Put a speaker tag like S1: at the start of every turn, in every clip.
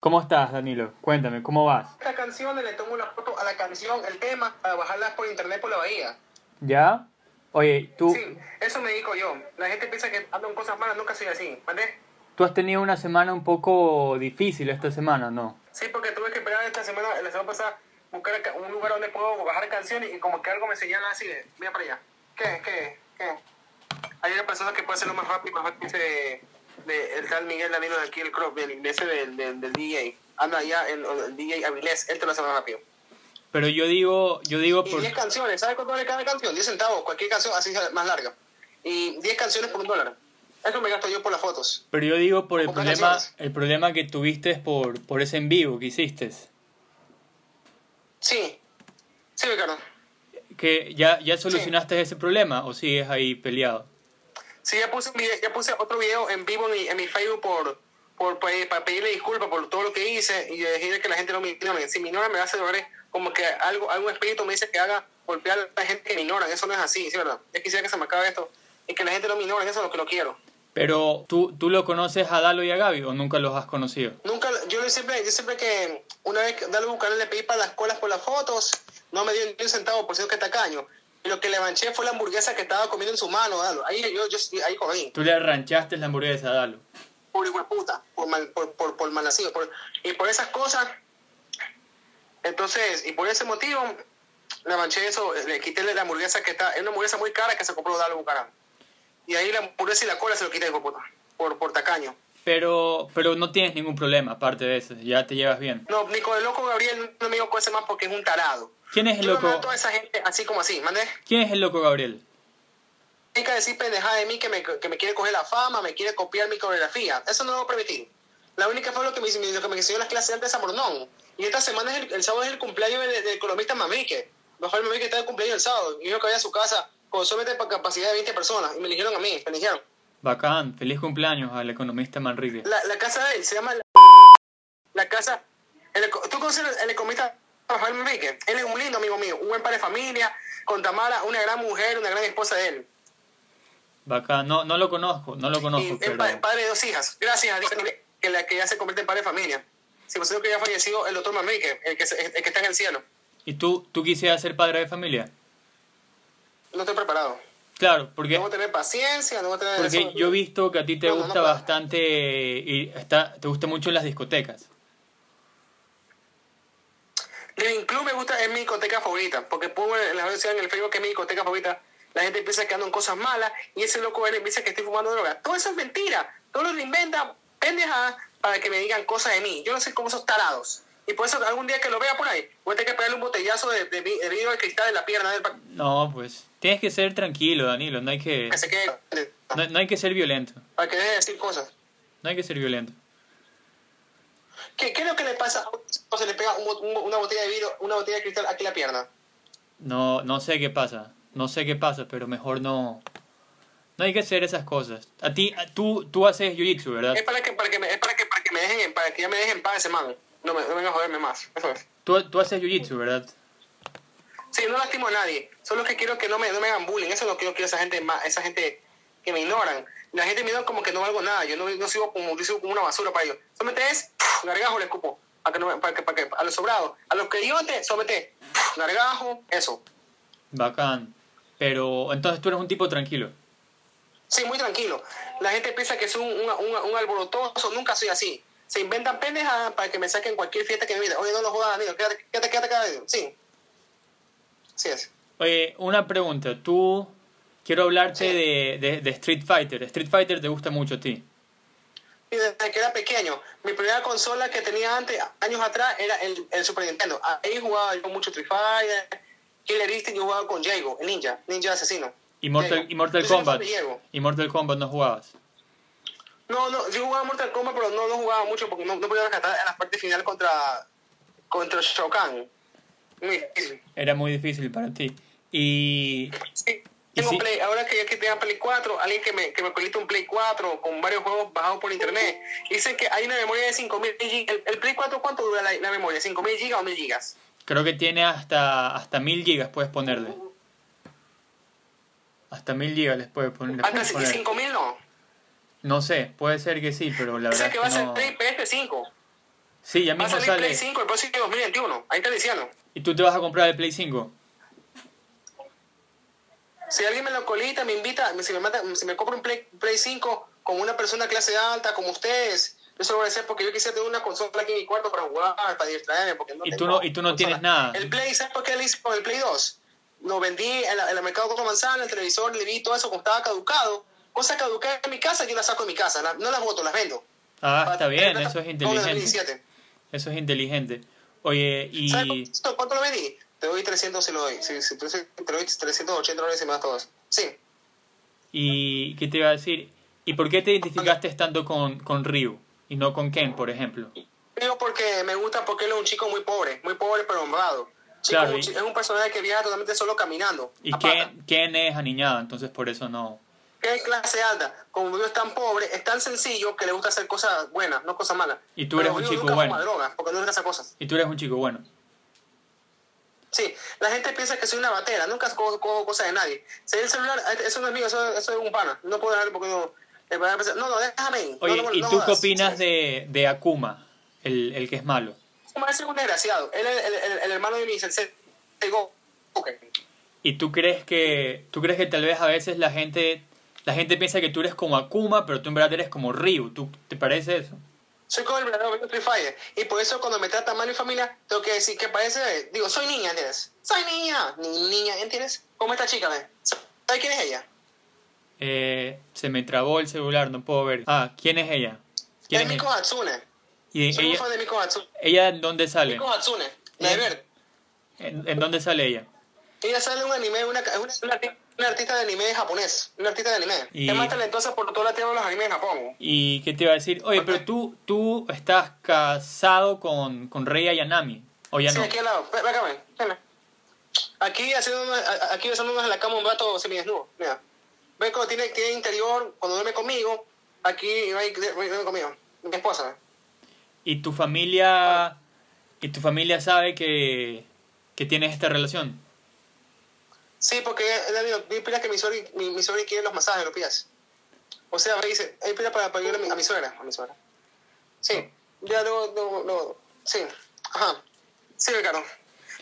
S1: ¿Cómo estás, Danilo? Cuéntame, ¿cómo vas?
S2: Esta canción le tomo una foto a la canción, el tema, para bajarla por internet por la bahía.
S1: ¿Ya? Oye, tú,
S2: Sí, eso me dedico yo. La gente piensa que hablan cosas malas, nunca soy así, ¿vale?
S1: tú has tenido una semana un poco difícil esta semana, ¿no?
S2: Sí, porque tuve que esperar esta semana, la semana pasada, buscar ca- un lugar donde puedo bajar canciones y como que algo me señala así de, mira para allá. ¿Qué? ¿Qué? ¿Qué? Hay una persona que puede hacerlo más rápido, más rápido dice de, el tal Miguel Danilo de aquí, el crop, del, de ese del, del, del DJ. Anda allá, el, el DJ Avilés, él te lo hace más rápido.
S1: Pero yo digo, yo digo
S2: Y
S1: por...
S2: 10 canciones, ¿sabes cuánto vale cada canción? 10 centavos, cualquier canción así sea más larga. Y 10 canciones por un dólar. Eso me gasto yo por las fotos.
S1: Pero yo digo por el
S2: Pocas
S1: problema,
S2: canciones.
S1: el problema que tuviste es por, por ese en vivo que hiciste.
S2: Sí, sí, Ricardo.
S1: Que ya, ya solucionaste ese problema o sigues ahí peleado.
S2: Sí, ya puse, un video- ya puse otro video en vivo en mi, en mi Facebook por, por, pe- para pedirle disculpas por todo lo que hice y decirle que la gente no me ignore. Si me ignora, me hace dolores. Como que algo, algún espíritu me dice que haga golpear a la gente que me ignora. Eso no es así, ¿sí, verdad? Ya quisiera que se me acabe esto. Y que la gente no me ignore, eso es lo que lo quiero.
S1: Pero tú, tú lo conoces a Dalo y a Gaby o nunca los has conocido.
S2: Nunca, yo le siempre, yo siempre que una vez que Dale Bucanán le pedí para las colas por las fotos, no me dio ni un centavo, por cierto que tacaño. Y lo que le manché fue la hamburguesa que estaba comiendo en su mano, Dalo. Ahí yo, yo ahí comí.
S1: Tú le arranchaste la hamburguesa a Dalo.
S2: Por hijueputa, por mal, por, por, por malnacido, por- y por esas cosas. Entonces, y por ese motivo, le manché eso, le quité la hamburguesa que está, es una hamburguesa muy cara que se compró Dale Bucanán. Y ahí la hamburguesa y la cola se lo quité, hijueputa, por, por tacaño.
S1: Pero, pero no tienes ningún problema aparte de ese, ya te llevas bien.
S2: No, ni con el loco Gabriel no me dio cosas más porque es un tarado.
S1: ¿Quién es el
S2: Yo no
S1: loco?
S2: veo a toda esa gente así como así, ¿mande?
S1: ¿Quién es el loco Gabriel?
S2: Tiene que decir pendejada de mí que me, que me quiere coger la fama, me quiere copiar mi coreografía. Eso no lo voy a permitir. La única fue lo que me, lo que me enseñó en las clases antes de Samornón. Y esta semana, es el, el sábado es el cumpleaños del, del economista Mamique. Rafael Mamique está de cumpleaños el sábado. Y dijo que había a su casa con solamente pa- capacidad de 20 personas. Y me eligieron a mí, me eligieron.
S1: Bacán, feliz cumpleaños al economista Manrique.
S2: La, la casa de él se llama... La, la casa... el eco- ¿Tú conoces el, el economista Rafael Mamique? Él es un lindo amigo mío, un buen padre de familia, con Tamara, una gran mujer, una gran esposa de él.
S1: Bacán, no, no lo conozco, no lo
S2: y
S1: conozco,
S2: es
S1: pero...
S2: pa- padre de dos hijas. Gracias a Dios que la que ya se convierte en padre de familia. Si considero que ya ha fallecido el doctor Manrique, el que, se- el que está en el cielo.
S1: ¿Y tú, tú quisieras ser padre de familia?
S2: No estoy preparado.
S1: Claro, porque,
S2: No voy a tener paciencia, no voy a tener...
S1: porque
S2: eso.
S1: yo he visto que a ti te
S2: No, no, no
S1: gusta
S2: puedo.
S1: bastante y está, te gusta mucho las discotecas.
S2: Living Club me gusta, es mi discoteca favorita. Porque pongo en la red social, en el Facebook que es mi discoteca favorita. La gente piensa que ando en cosas malas y ese loco él piensa que estoy fumando droga. Todo eso es mentira. Todo lo inventan pendejadas para que me digan cosas de mí. Yo no sé cómo esos tarados. Y por eso algún día que lo vea por ahí, voy a tener que pegarle un botellazo de, de, vi- de vidrio de cristal de la pierna del pa-
S1: No, pues tienes que ser tranquilo, Danilo, no hay que,
S2: que se quede.
S1: no, no hay que ser violento,
S2: para que deje de decir cosas.
S1: no hay que ser violento.
S2: ¿Qué, qué es lo que le pasa a un chico se le pega un bo- un bo- una botella de vidrio, una botella de cristal aquí en la pierna?
S1: No, no sé qué pasa, no sé qué pasa, pero mejor no... No hay que hacer esas cosas. A ti, a- tú, tú haces jiu-jitsu, ¿verdad?
S2: Es para que, para que me, es para que, para que me dejen en paz, que ya me dejen en paz ese man. No me, no venga a joderme más. Eso es.
S1: Tú, tú haces jiu-jitsu, ¿verdad?
S2: Sí, no lastimo a nadie. Solo que quiero que no me, no me hagan bullying. Eso es lo que yo quiero esa gente ma- esa gente que me ignoran. La gente me ignora como que no valgo nada. Yo no, no sigo como, yo sigo como una basura para ellos. Solamente es pff, gargajo le escupo. Para que no me- para que, para que, a los sobrados. A los que idiotes, solamente pff, gargajo, eso.
S1: Bacán. Pero entonces tú eres un tipo tranquilo.
S2: Sí, muy tranquilo. La gente piensa que soy un, un, un- un alborotoso, nunca soy así. Se inventan pendejadas para que me saquen cualquier fiesta que me inviten. Oye, no lo jodas, Danilo, quédate, quédate, quédate, quédate. Sí. Sí es.
S1: Oye, una pregunta. Tú, quiero hablarte
S2: Sí.
S1: de, de- de Street Fighter. Street Fighter te gusta mucho a ti.
S2: Y desde que era pequeño, mi primera consola que tenía antes, años atrás, era el, el Super Nintendo. Ahí jugaba yo mucho Street Fighter, Killer Instinct, yo jugaba con Jago, el ninja, ninja asesino.
S1: Y Mortal,
S2: Jago.
S1: y Mortal
S2: Yo soy fan
S1: Kombat.
S2: de Jago.
S1: Y Mortal Kombat no jugabas.
S2: No, no, yo jugaba Mortal Kombat, pero no, no jugaba mucho porque no, no podía rescatar en la parte final contra, contra Shao Kahn. Muy difícil.
S1: Era muy difícil para ti. Y
S2: Sí, tengo
S1: sí.
S2: Play, ahora que ya que tenga Play 4, alguien que me, que me colite un Play 4 con varios juegos bajados por internet, dice que hay una memoria de 5000 gigas. ¿El, el Play 4 cuánto dura la, la memoria? ¿5000 gigas o 1000 gigas?
S1: creo que tiene hasta, hasta 1000 gigas, puedes ponerle. Hasta 1000 gigas les puedes poner. les
S2: Hasta
S1: puedes
S2: si-
S1: poner.
S2: 5000 no.
S1: No sé, puede ser que sí, pero la
S2: Dice
S1: verdad
S2: que
S1: es
S2: va a
S1: que
S2: ser
S1: no.
S2: Play PS5.
S1: Sí, ya
S2: Va a
S1: mismo
S2: salir
S1: sale.
S2: Play 5 el próximo 2021. Ahí está diciendo.
S1: ¿Y tú te vas a comprar el Play 5?
S2: Si alguien me lo colita, me invita, si me, mata, si me compra un Play, Play 5 con una persona de clase alta como ustedes, yo se lo voy a hacer porque yo quisiera tener una consola aquí en mi cuarto para jugar, para distraerme. Porque no
S1: Y tú
S2: tengo
S1: no- y tú no
S2: consola.
S1: tienes nada.
S2: El Play, ¿sabes por qué le hice con el Play 2? Lo vendí en, la- en el mercado Coco Manzana, el televisor, le vi todo eso como estaba caducado. Cosas caducadas en mi casa, yo las saco de mi casa, la- no las boto, las vendo.
S1: Ah,
S2: Para
S1: está
S2: tener
S1: bien,
S2: plata
S1: eso es
S2: para
S1: inteligente.
S2: 2017.
S1: Eso es inteligente. Oye,
S2: ¿Sabes
S1: y
S2: cuánto, cuánto lo vendí? Te doy 300 si lo doy. Si, si, tú- si te doy 380 dólares y me das todos. Sí.
S1: ¿Y qué te iba a decir? ¿Y por qué te identificaste tanto con, con Ryu y no con Ken, por ejemplo?
S2: Digo porque me gusta porque él es un chico muy pobre, muy pobre pero honrado. Chico,
S1: Claro,
S2: un
S1: y-
S2: chi- Es un personaje que viaja totalmente solo caminando.
S1: Y
S2: a pata.
S1: Ken, Ken es aniñado, entonces por eso no.
S2: Que es clase alta. Como Dios es tan pobre, es tan sencillo que le gusta hacer cosas buenas, no cosas malas.
S1: Y tú eres
S2: Pero
S1: un
S2: Dios
S1: chico
S2: nunca
S1: bueno.
S2: fuma drogas, porque no le esas cosas.
S1: Y tú eres un chico bueno.
S2: Sí, la gente piensa que soy una batera, nunca cojo, cojo cosas de nadie. Si el celular, eh, eso no es mío, eso, eso es un pana. No puedo dejarlo porque no. eh, van a pensar, No, no, déjame. ahí. No,
S1: Oye,
S2: no, no,
S1: ¿y
S2: no
S1: tú qué
S2: jodas.
S1: opinas
S2: Sí.
S1: de, de Akuma, el, el que es malo?
S2: Me parece un desgraciado. Él es el, el- el hermano de mi sensei. Go- Goku.
S1: ¿Y tú crees que tú crees que tal vez a veces la gente la gente piensa que tú eres como Akuma, pero tú en verdad eres como Ryu? ¿Tú te parece eso?
S2: Soy como el verdadero amigo Free Fire. Y por eso cuando me trata mal mi familia, tengo que decir que parece... eh, Digo, soy niña, ¿entiendes? Soy niña. Ni- niña, ¿entiendes? Como esta chica, ¿ves? ¿Sabes quién es ella?
S1: Eh, se me trabó el celular, no puedo ver. Ah, ¿quién es ella? ¿Quién
S2: Es
S1: es
S2: Miko
S1: ella?
S2: Hatsune.
S1: ¿Y
S2: Soy un
S1: ella,
S2: fan de Miko Hatsune.
S1: ella en dónde sale?
S2: Miko Hatsune. La de
S1: Bien.
S2: verde.
S1: ¿En, en dónde sale ella?
S2: Ella sale de un anime, una, es una, una arti- una artista de anime japonés. Una artista de anime.
S1: Y-
S2: Es más talentosa por toda la tema de los animes en Japón.
S1: ¿Y qué te iba a decir? Oye, pero tú, tú estás casado con, con Rei Ayanami, ¿o ya
S2: sí,
S1: no?
S2: aquí al lado. Ven, ven acá, ven. Ven. Aquí haciéndonos, a- a- aquí besándonos en la cama un rato semidesnudo. Mira. Ve cuando tiene, tiene interior, cuando duerme conmigo, aquí va y duerme conmigo. Mi esposa.
S1: ¿Y tu familia, y tu familia sabe que, que tienes esta relación?
S2: Sí, porque él ha dicho, "Di, pila que mi suegra, mi, mi suegra quiere los masajes, lo pillas. O sea, me dice, hay pila para, para ayudar a mi, a mi suegra, a mi suegra. Sí, ya luego, luego, luego, sí, ajá. Sí, Ricardo.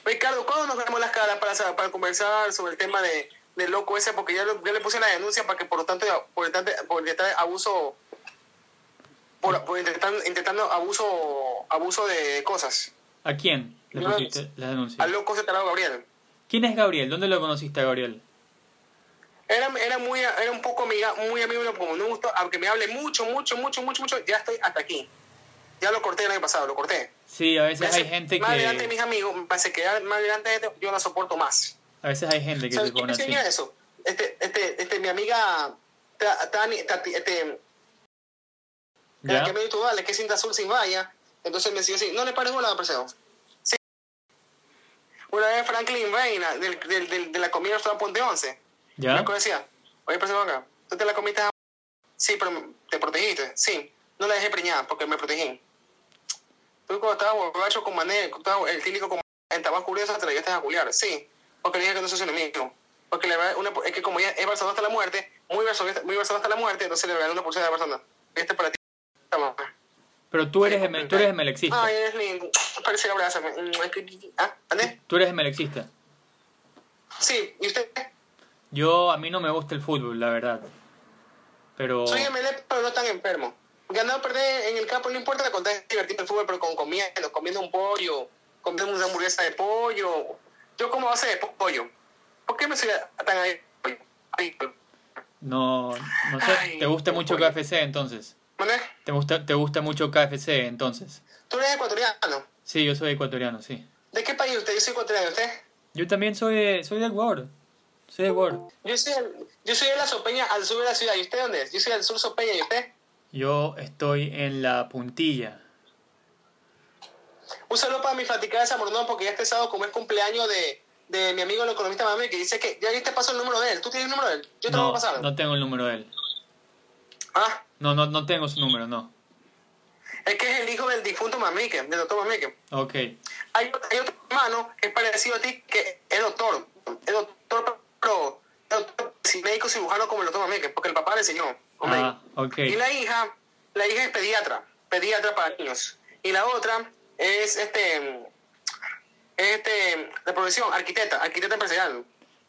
S2: Ricardo, ¿cuándo nos vemos las caras para, sa- para conversar sobre el tema de, del loco ese? Porque ya, lo- ya le puse la denuncia para que por lo tanto, por el tanto- por intentar abuso, por, por intentar- intentando abuso, abuso de cosas.
S1: ¿A quién le
S2: No,
S1: pusiste la denuncia?
S2: Al loco se tarado Gabriel.
S1: ¿Quién es Gabriel? ¿Dónde lo conociste a Gabriel?
S2: Era, era muy era un poco amiga, muy amigo pero como no me gustó, aunque me hable mucho, mucho, mucho, mucho, mucho, ya estoy hasta aquí. Ya lo corté el año pasado, lo corté.
S1: Sí, a
S2: Me
S1: veces
S2: hace-
S1: hay gente
S2: más adelante
S1: que
S2: mis amigos, para se quedar más adelante de esto, yo no soporto más.
S1: a veces hay gente que
S2: ¿Sabes
S1: se
S2: quién
S1: pone
S2: me
S1: así.
S2: enseñó eso? Este, este, este, mi amiga Ta- Tani, Tati, este, la
S1: ¿Ya?
S2: que me dijo, dale, que es cinta azul sin valla. Entonces me decía así, no le pares bola, Perseo. Sí. Una vez Franklin Reina, del, del, del- de la comida del restaurante Ponte 11.
S1: ¿Ya?
S2: Loco decía, oye, persona acá, ¿tú te la comiste? a- Sí, pero te protegiste. Sí, no la dejé preñada porque me protegí. Tú cuando estabas borracho con mané, cuando estabas el tílico con mané, estabas curioso, te la llevaste a culiar. Sí, porque le dije que no soy su enemigo. Porque la verdad, una, es que como ella es Barcelona hasta la muerte, muy Barcelona, muy Barcelona hasta la muerte, entonces le regalé una pulsera de Barcelona. Este es para ti, esta mamá.
S1: Pero tú eres, eme- tú eres emelexista.
S2: Ay, eres lindo. Parece abrázame. Mm, es que- ¿Ah? ¿Andé?
S1: Tú eres emelexista.
S2: Sí, ¿y usted?
S1: Yo, a mí no me gusta el fútbol, la verdad. Pero...
S2: Soy MLE, E, pero no tan enfermo. Ganar o perder en el campo no importa, contar es divertido el fútbol, pero con comiendo, comiendo un pollo, comiendo una hamburguesa de pollo. Yo como base de po- pollo. ¿Por qué me soy tan ahí? Ahí.
S1: No, no sé,
S2: Ay,
S1: te gusta mucho
S2: oye.
S1: KFC entonces.
S2: ¿Mané?
S1: ¿Te gusta, te gusta mucho KFC entonces?
S2: eh, Tú eres ecuatoriano.
S1: Sí, yo soy ecuatoriano, sí.
S2: ¿De qué país usted? Yo soy ecuatoriano. ¿Usted?
S1: Yo también soy de, soy de Ecuador. Soy de Ecuador.
S2: Yo soy, el- yo soy de la Sopeña al sur de la ciudad. ¿Y usted dónde es? Yo soy del sur Sopeña. ¿Y usted?
S1: Yo estoy en la puntilla.
S2: Un saludo para mi fatiga de Zamorón, porque ya este sábado, como es cumpleaños de, de mi amigo el economista Mami que dice que ya yo te paso el número de él. ¿Tú tienes el número de él? Yo te lo
S1: no,
S2: voy a pasar.
S1: no tengo el número de él.
S2: Ah,
S1: No, no, no tengo su número, no.
S2: es que es el hijo del difunto Mamique, del doctor Mamique.
S1: Ok.
S2: Hay, hay otro hermano que es parecido a ti, que es doctor. Es doctor, pero es doctor, sí, médico cirujano como el doctor Mamique, porque el papá le enseñó. como
S1: Ah,
S2: médico.
S1: ok.
S2: Y la hija, la hija es pediatra, pediatra para niños. Y la otra es este, es este, de profesión, arquitecta, arquitecta empresarial.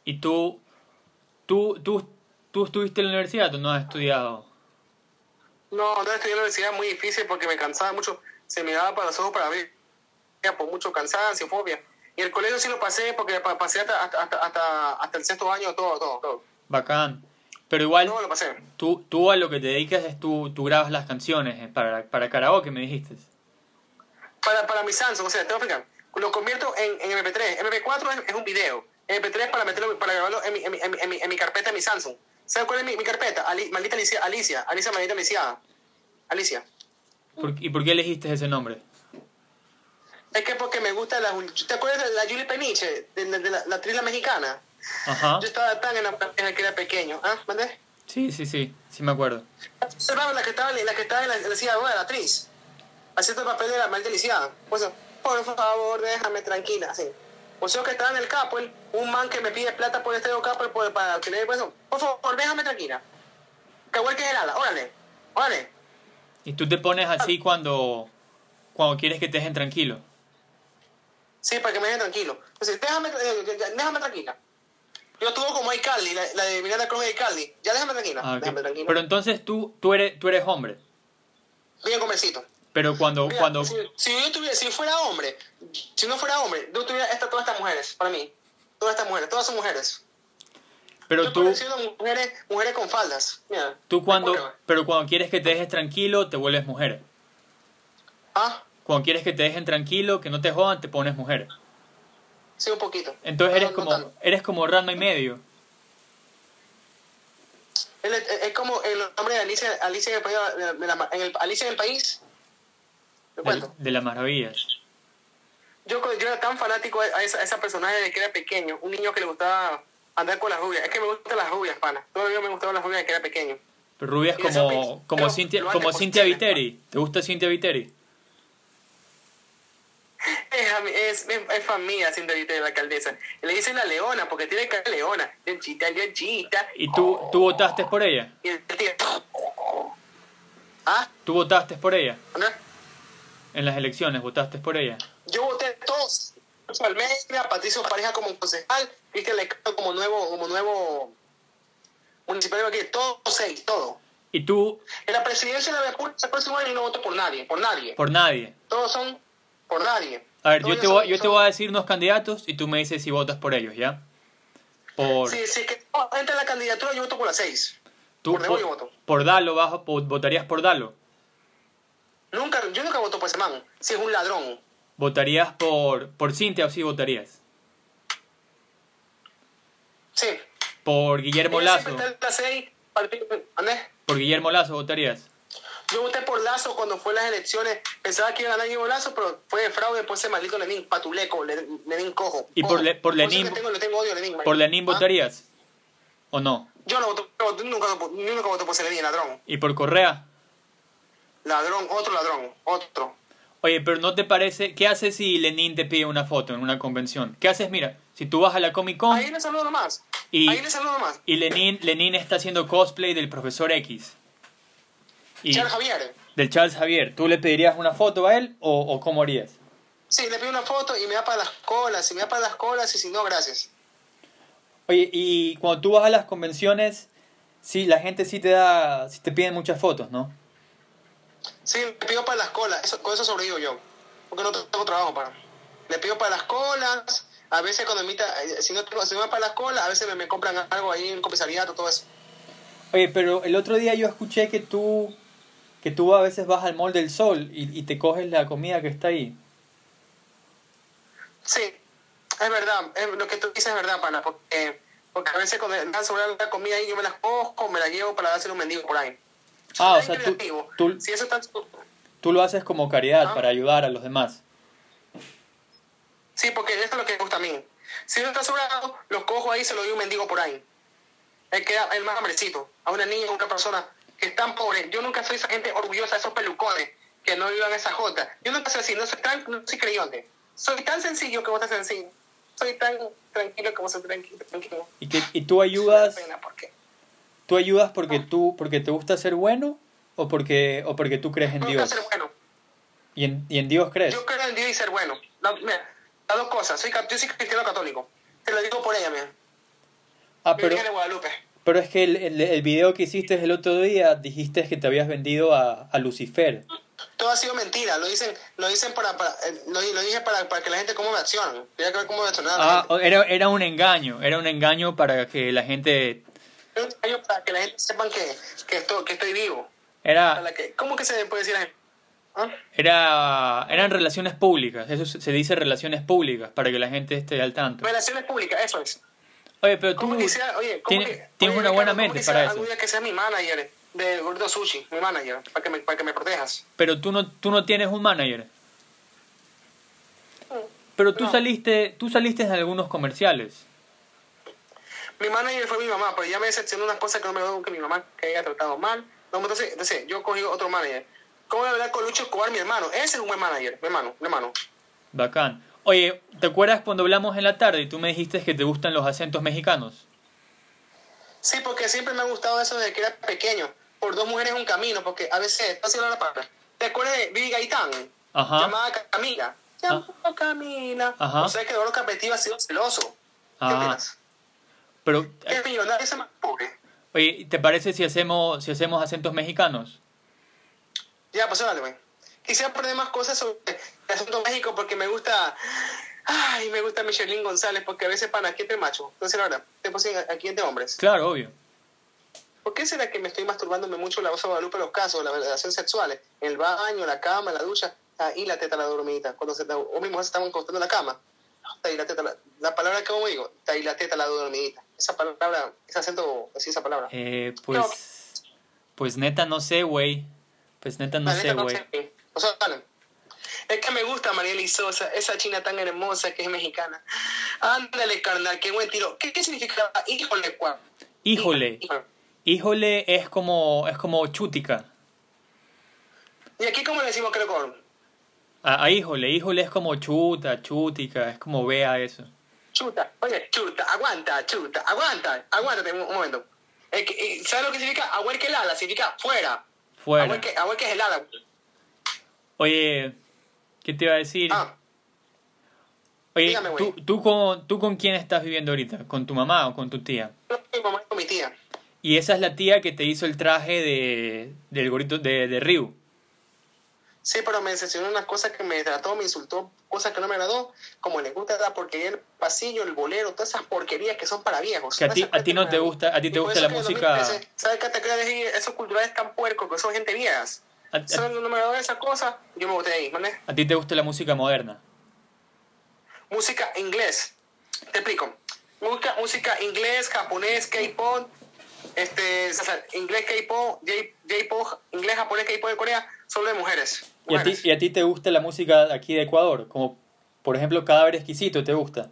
S1: ¿Y tú, tú, tú, tú estuviste en la universidad o no has estudiado?
S2: No, no estudié en la universidad muy difícil porque me cansaba mucho, se me daba para los ojos para ver, ya por mucho cansancio, fobia. Y el colegio sí lo pasé porque pa- pasé hasta, hasta, hasta, hasta, hasta el sexto año, todo, todo, todo.
S1: Bacán. Pero igual,
S2: Todo lo pasé.
S1: tú, tú a lo que te dedicas es tú, tú grabas las canciones eh, para, para karaoke, me dijiste.
S2: Para, para mi Samsung, o sea, te voy a explicar. Lo convierto en, en MP3. MP4 es, es un video. MP3 para meterlo, para grabarlo en mi, en mi, en mi- en mi- en mi carpeta, en mi Samsung. ¿Sabes cuál es mi, mi carpeta? Ali- maldita Alicia, Alicia, Alicia, maldita Alicia. Alicia.
S1: ¿Por- ¿Y por qué elegiste ese nombre?
S2: Es que porque me gusta la... Jul- ¿Te acuerdas de la Julie Peniche, de, de- de la, la actriz la mexicana?
S1: Ajá.
S2: Yo estaba tan enamorada que era pequeño. ¿Ah? ¿Mandé?
S1: Sí, sí, sí, sí me acuerdo.
S2: Observaba la que estaba, la que estaba en la, en la silla de ruedas, la actriz. Haciendo el papel de la mal deliciada. Por eso, por favor, déjame tranquila. Así. O sea, que estaba en el Capel, un man que me pide plata por este Capel por, para que le dé por eso. Por favor, déjame tranquila. Que igual que el ala, órale, órale.
S1: ¿Y tú te pones
S2: Ah.
S1: así cuando, cuando quieres que te dejen tranquilo?
S2: Sí, para que me deje tranquilo. Entonces, déjame, eh, ya- ya- déjame tranquila. Yo estuve como iCarly, la, la de Miranda Cruz de iCarly. Ya déjame tranquila,
S1: Ah, ok.
S2: déjame tranquila.
S1: Pero entonces tú, tú, eres, tú eres hombre.
S2: Bien comercito.
S1: Pero cuando,
S2: Mira,
S1: cuando,
S2: si, si yo tuviera, si fuera hombre, si no fuera hombre, yo tuviera esta, todas estas mujeres, para mí. Todas estas mujeres, todas son mujeres.
S1: pero
S2: yo
S1: tú,
S2: conocido mujeres, mujeres con faldas. Mira. ¿eh?
S1: tú cuando,
S2: Discúlpame.
S1: pero cuando quieres que te dejes tranquilo, te vuelves mujer.
S2: Ah,
S1: Cuando quieres que te dejen tranquilo, que no te jodan, te pones mujer.
S2: sí, un poquito.
S1: Entonces
S2: No,
S1: eres
S2: Ah, no
S1: como,
S2: tanto.
S1: eres como Ranma y medio.
S2: Él es, es como el hombre de Alicia, Alicia en el país. de la- de la- en el, Alicia en el país. Te
S1: De,
S2: cuento.
S1: de las maravillas.
S2: Yo, co- yo era tan fanático a esa, a esa personaje desde que era pequeño. Un niño que le gustaba andar con las rubias. Es que me gustan las rubias, pana. Todavía me gustaban las rubias desde que era pequeño.
S1: Rubias
S2: Y esa
S1: como,
S2: peli-
S1: como
S2: pero
S1: Cintia,
S2: lo antes
S1: como Cintia
S2: posible.
S1: Viteri. ¿Te gusta Cintia Viteri?
S2: Es, ami- es, es, es fan mía, siendo ahorita de la alcaldesa. Le dicen la leona, porque tiene cara de leona. Leonchita, leonchita.
S1: ¿Y tú, tú votaste por ella?
S2: Y el tío. ¿Ah?
S1: ¿Tú votaste por ella?
S2: ¿No?
S1: En las elecciones, ¿votaste por ella?
S2: Yo voté todos. Alonso Almeida, Patricio Pareja como concejal, Cristian Lecano como nuevo, como nuevo municipal de aquí. Todos seis, todo.
S1: ¿Y tú
S2: En la presidencia de la República el próximo año no voto por nadie, por nadie.
S1: por nadie?
S2: Todos son por nadie.
S1: A ver,
S2: Todos
S1: yo te,
S2: son-
S1: voy, yo te
S2: son-
S1: voy a decir unos candidatos y tú me dices si votas por ellos, ¿ya? Por,
S2: Sí, sí, que no, entra la candidatura, yo voto por las seis.
S1: tú,
S2: por Debo yo
S1: por,
S2: voto.
S1: por Dalo, vas- po- ¿votarías por Dalo?
S2: Nunca, yo nunca voto por ese man, si es un ladrón.
S1: ¿Votarías por, por Cintia o sí votarías?
S2: Sí.
S1: ¿Por Guillermo
S2: Yo siempre
S1: Lazo?
S2: está en la seis, partido- ¿Andrés?
S1: ¿Por Guillermo Lazo votarías?
S2: Yo voté por Lazo cuando fue las elecciones. Pensaba que iba a ganar Guillermo Lazo, pero fue de fraude por ese maldito Lenín patuleco, Le- Lenín cojo.
S1: ¿Y por
S2: Cojo.
S1: Le- por
S2: eso
S1: Lenín-
S2: que tengo- le tengo odio a Lenín, marico.
S1: ¿Por Lenín
S2: ¿Ah?
S1: votarías? ¿O no?
S2: Yo no voto, yo nunca, yo nunca voto por ese Lenín, ladrón.
S1: ¿Y por Correa?
S2: Ladrón, otro ladrón, otro.
S1: Oye, pero ¿no te parece? ¿Qué haces si Lenin te pide una foto en una convención? ¿Qué haces? Mira, si tú vas a la Comic Con
S2: Ahí le saludo nomás.
S1: Y-
S2: Ahí le saludo nomás.
S1: y Lenin, Lenin está haciendo cosplay del profesor X. Y
S2: Charles Javier.
S1: del Charles Javier, ¿tú le pedirías una foto a él o, o cómo harías?
S2: Sí, le pido una foto y me da para las colas. Si me da para las colas y si no, gracias.
S1: Oye, y cuando tú vas a las convenciones, sí, la gente sí te da, sí te piden muchas fotos, ¿no?
S2: Sí, le pido para las colas, eso, con eso sobrevivo yo, porque no tengo trabajo para. Le pido para las colas, a veces cuando me invita- eh, si no tengo, si no me para las colas, a veces me, me compran algo ahí en comisariato, todo eso.
S1: Oye, pero el otro día yo escuché que tú, que tú a veces vas al Mall del Sol y, y te coges la comida que está ahí.
S2: Sí, es verdad, es- lo que tú dices es verdad, pana, porque, porque a veces cuando me dan sobre la comida ahí, yo me las cojo, me la llevo para dárselo a un mendigo por ahí.
S1: Ah, o
S2: Ay,
S1: sea,
S2: qué
S1: tú,
S2: creativo.
S1: tú,
S2: Si eso está...
S1: tú lo haces como caridad
S2: Ah.
S1: para ayudar a los demás.
S2: Sí, porque eso es lo que me gusta a mí. Si no está sobrado, los cojo ahí se lo doy a un mendigo por ahí. El que da- el más hambrecito, a una niña o a una persona que es tan pobre. Yo nunca soy esa gente orgullosa de esos pelucones que no vivan esa jota. Yo nunca soy así, no soy tan, no soy creyente. Soy tan sencillo que vos estás sencillo. Soy tan tranquilo que vos estás tranquilo. tranquilo.
S1: ¿Y, que, y tú
S2: Me da
S1: ayudas,
S2: pena, Ah. ¿por qué?
S1: tú ayudas porque tú porque te gusta ser bueno o porque o porque tú crees en
S2: Me gusta
S1: Dios
S2: ser bueno.
S1: y en, y en Dios crees.
S2: Yo creo en Dios y ser bueno. La- mira, las dos cosas. Soy, cap- yo soy cristiano católico. Te lo digo por ella, mira.
S1: Ah,
S2: Mi
S1: pero
S2: Virgen de Guadalupe.
S1: pero es que el, el, el video que hiciste el otro día dijiste que te habías vendido a, a Lucifer.
S2: Todo ha sido mentira. Lo dicen, lo dicen para, para eh, lo, di- lo dije para, para que la gente cómo me acciona. Tenía que ver cómo me accionaba la
S1: Ah,
S2: gente.
S1: era, era un engaño, era un engaño para que la gente
S2: Era un engaño para que la gente sepan que, que, esto, que estoy vivo. Para
S1: era
S2: la que, ¿Cómo que se puede decir a la gente? ¿Ah?
S1: era eran relaciones públicas, eso se se dice relaciones públicas para que la gente esté al tanto.
S2: Relaciones públicas, eso es.
S1: Oye, pero tú
S2: ¿Cómo quisiera, oye, cómo
S1: tienes,
S2: que-
S1: tienes
S2: oye,
S1: una
S2: Ricardo,
S1: buena
S2: ¿cómo
S1: mente
S2: quisiera
S1: para eso.
S2: algún día que sea mi manager de Gordo Sushi, mi manager, para que me, para que me protejas.
S1: Pero tú no, tú no tienes un manager. Pero tú
S2: No.
S1: saliste, tú saliste en algunos comerciales.
S2: Mi manager fue mi mamá, pero ya me decepcionó unas cosas que no me gustó que mi mamá que haya tratado mal. No, entonces, entonces yo cogí otro manager. ¿Cómo voy a hablar con Lucho Escobar, mi hermano? Ese es un buen manager, mi hermano, mi hermano.
S1: Bacán. Oye, ¿te acuerdas cuando hablamos en la tarde y tú me dijiste que te gustan los acentos mexicanos?
S2: Sí, porque siempre me ha gustado eso desde que era pequeño. Por dos mujeres un camino, porque a veces, no sé la palabra. ¿Te acuerdas de Vivi Gaitán?
S1: Ajá. Ah.
S2: Llamada Camila. Llamada Camila.
S1: Ajá.
S2: O sea que Eduardo Capetiva ha sido celoso. ¿Qué
S1: Ah.
S2: opinas?
S1: Pero, eh,
S2: Es millonario, ese más pobre.
S1: oye, ¿te parece si hacemos, si hacemos acentos mexicanos?
S2: Ya, pues dale, güey. Quisiera aprender más cosas sobre el asunto México porque me gusta. Ay, me gusta Michelin González porque a veces pana, aquí entre macho. Entonces, ahora, te puse aquí entre hombres.
S1: Claro, obvio.
S2: ¿Por qué será que me estoy masturbándome mucho la voz de Guadalupe en los casos, las relaciones sexuales? En el baño, la cama, la ducha. Ah, y la teta, la dormidita. Cuando se, o mi mujer se estaban acostando en la cama. Está ahí la teta, la, la palabra que como digo, está ahí la teta, la dormidita. Esa palabra, ese acento, así esa palabra.
S1: Eh, pues, pues neta no sé, güey. Pues neta no
S2: La neta,
S1: sé, güey.
S2: sé. O sea, dale. Es que me gusta Marieli Sosa, esa china tan hermosa que es mexicana. Ándale, carnal, qué buen tiro. ¿Qué, qué significa híjole, cuá?
S1: Híjole, híjole es como, es como chútica.
S2: ¿Y aquí cómo le decimos creo con
S1: A, a híjole, híjole es como chuta, chútica, es como vea eso.
S2: Chuta, oye, chuta, aguanta, chuta, aguanta, aguántate un, un momento. Es que, eh, ¿Sabes lo que significa? Ahuel que lala, significa fuera.
S1: Fuera.
S2: Ahuel que, ahuel que es el ala.
S1: Oye, ¿qué te iba a decir?
S2: Ah,
S1: Oye,
S2: dígame,
S1: ¿tú,
S2: güey.
S1: tú con, ¿tú con quién estás viviendo ahorita? ¿Con tu mamá o con tu tía?
S2: no, mi mamá es con mi tía.
S1: Y esa es la tía que te hizo el traje de, del gorrito de, de Ryu.
S2: Sí, pero me decepcionó unas cosas que me trató, me insultó, cosas que no me agradó, como le gusta la porquería, el pasillo, el bolero, todas esas porquerías que son para viejos.
S1: Que a ti-
S2: Esas
S1: a ti no
S2: cosas
S1: te
S2: me-
S1: gusta- a ti
S2: Y
S1: te
S2: por
S1: gusta
S2: eso
S1: la
S2: que en
S1: música-
S2: 2013, ¿Sabes qué te quiero decir? Esos culturales tan puercos, que son gente viejas.
S1: A, a-
S2: Son no me agradó esa cosa, yo me boté de ahí, ¿vale?
S1: a ti te gusta la música moderna.
S2: Música inglés, te explico. Música, música inglés, japonés, K-pop, este, o sea, inglés, K-pop, J- J-pop, inglés, japonés, K-pop de Corea, solo de mujeres.
S1: Y a, ti,
S2: Mujeres.
S1: y a ti te gusta la música aquí de Ecuador. Como, por ejemplo, Cadáver Exquisito, ¿te gusta?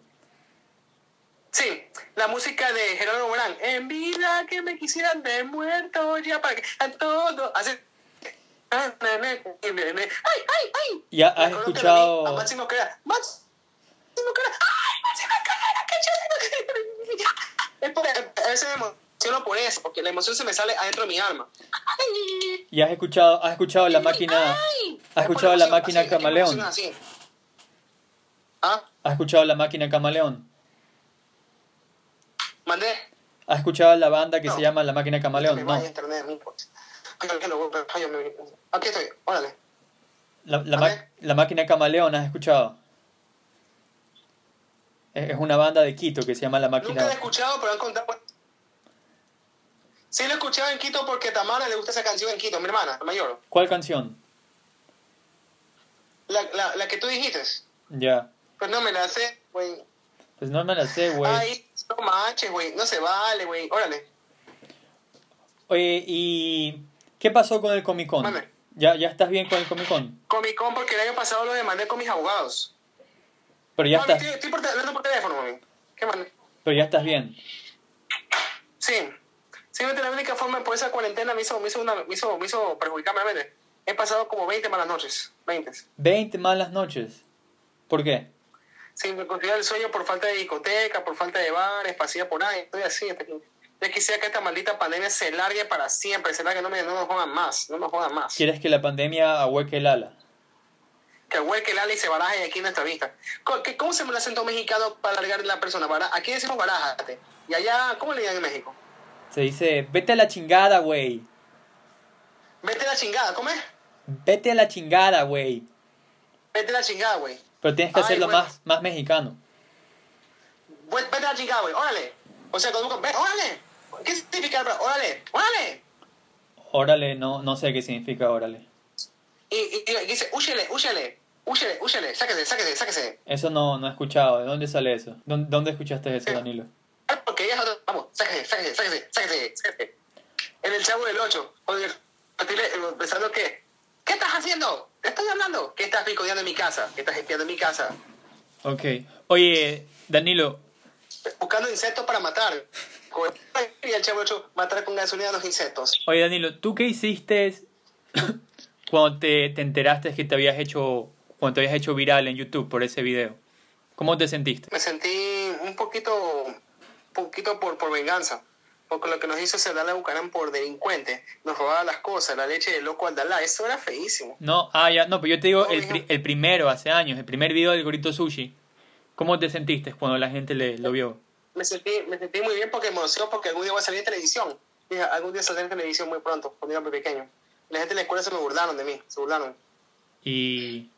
S2: Sí, la música de Gerardo Morán. En vida que me quisieran de muerto ya para que a todo. Así. Ah, na, na, na, na, na. ¡Ay, ay, ay!
S1: ¿Y ha-
S2: Me
S1: has
S2: acuerdo que
S1: escuchado-
S2: lo vi A Máximo Carrera. ¡Máximo Carrera! ¡Ay, Máximo Carrera! ¡Qué chido! Es por- A veces me emociono por eso, porque la emoción se me sale adentro de mi alma. ¡Ay!
S1: ¿Y has escuchado, has escuchado la máquina,
S2: ¡Ay!
S1: has
S2: Es por
S1: escuchado la
S2: emoción,
S1: máquina
S2: así, es por
S1: Camaleón?
S2: emoción, así. ¿Ah?
S1: has escuchado la máquina Camaleón?
S2: ¿Mandé?
S1: ¿Has escuchado la banda que
S2: No.
S1: se llama La Máquina
S2: Me
S1: Camaleón?
S2: vaya
S1: No.
S2: internet, no importa. Ay, que lo vuelva, ay, me- Aquí estoy, órale.
S1: La, la
S2: A
S1: ma-
S2: ver.
S1: la Máquina Camaleón, ¿has escuchado? Es, es una banda de Quito que se llama La
S2: Nunca
S1: Máquina...
S2: lo he escuchado, pero han contado. Sí lo he escuchado en Quito porque a Tamara le gusta esa canción en Quito, mi hermana, la mayor.
S1: ¿Cuál canción?
S2: La, la, la que tú dijiste.
S1: Ya.
S2: Pero no me la sé, güey.
S1: Pues no me la sé, güey.
S2: Ay, no manches, güey. No se vale, güey. Órale.
S1: Oye, ¿y qué pasó con el Comic Con?
S2: Mande.
S1: ¿Ya, ¿Ya estás bien con el Comic Con?
S2: Comic Con porque el año pasado lo demandé con mis abogados.
S1: Pero ya
S2: no,
S1: estás,
S2: Estoy, estoy por, te- hablando por teléfono, mami. Qué mal.
S1: pero ya estás bien.
S2: Sí. Simplemente la única forma por esa cuarentena me hizo, me hizo, una, me hizo, me hizo perjudicarme la mente. He pasado como 20 malas noches. 20.
S1: 20 malas noches. ¿Por qué?
S2: Sin considerar el sueño por falta de discoteca, por falta de bares, pasilla por ahí. Estoy así. hasta que- Yo quisiera que esta maldita pandemia se largue para siempre. Se largue, no, me, no nos jodan más. No nos jodan más.
S1: ¿Quieres que la pandemia ahueque el ala?
S2: Que huelque el ala y se baraje de aquí en nuestra vista. Co- que- ¿Cómo se llama el acento mexicano para alargar la persona? Bara- Aquí decimos barájate. Y allá, ¿cómo le digan en México?
S1: Se dice, vete a la chingada, güey.
S2: Vete a la chingada, ¿cómo es?
S1: Vete a la chingada, güey.
S2: Vete a la chingada, güey.
S1: Pero tienes que
S2: Ay,
S1: hacerlo
S2: bueno.
S1: más, más mexicano.
S2: Vue- Vete a la chingada, güey. Órale. O sea, cuando ve, órale. ¿Qué significa? bro? Órale, órale.
S1: Órale, no, no sé qué significa órale.
S2: Y, y, y dice, úchele, úchele, úchele, úchele, sáquese, sáquese, sáquese.
S1: Eso no, no he escuchado. ¿De dónde sale eso? ¿Dónde, dónde escuchaste eso, Danilo?
S2: Ah, Porque ya es otro- Vamos, sáquese, sáquese, sáquese, sáquese, sáquese. En el chavo del 8, oye, pensando que, ¿qué estás haciendo? Te estoy hablando. ¿Qué estás picoteando en mi casa? ¿Qué estás espiando en mi casa?
S1: Ok. Oye, Danilo,
S2: Buscando insectos para matar. Con- Y el chavo del 8, matar con gasolina a los insectos.
S1: Oye, Danilo, ¿tú qué hiciste cuando te, te enteraste que te habías hecho cuando te habías hecho viral en YouTube por ese video? ¿Cómo te sentiste?
S2: me sentí un poquito, poquito por, por venganza. Porque lo que nos hizo Cerdala Bucarán por delincuente, nos robaba las cosas, la leche del loco Aldalá, eso era feísimo.
S1: No, ah, ya, no, pero yo te digo el, pri- el primero, hace años, el primer video del gorrito sushi. ¿Cómo te sentiste cuando la gente le, lo vio?
S2: Me sentí, me sentí muy bien porque me emocionó porque algún día voy a salir en televisión. Dije, algún día saldré en televisión muy pronto, cuando era muy pequeño. La gente en la escuela se me burlaron de mí, se burlaron.
S1: Y,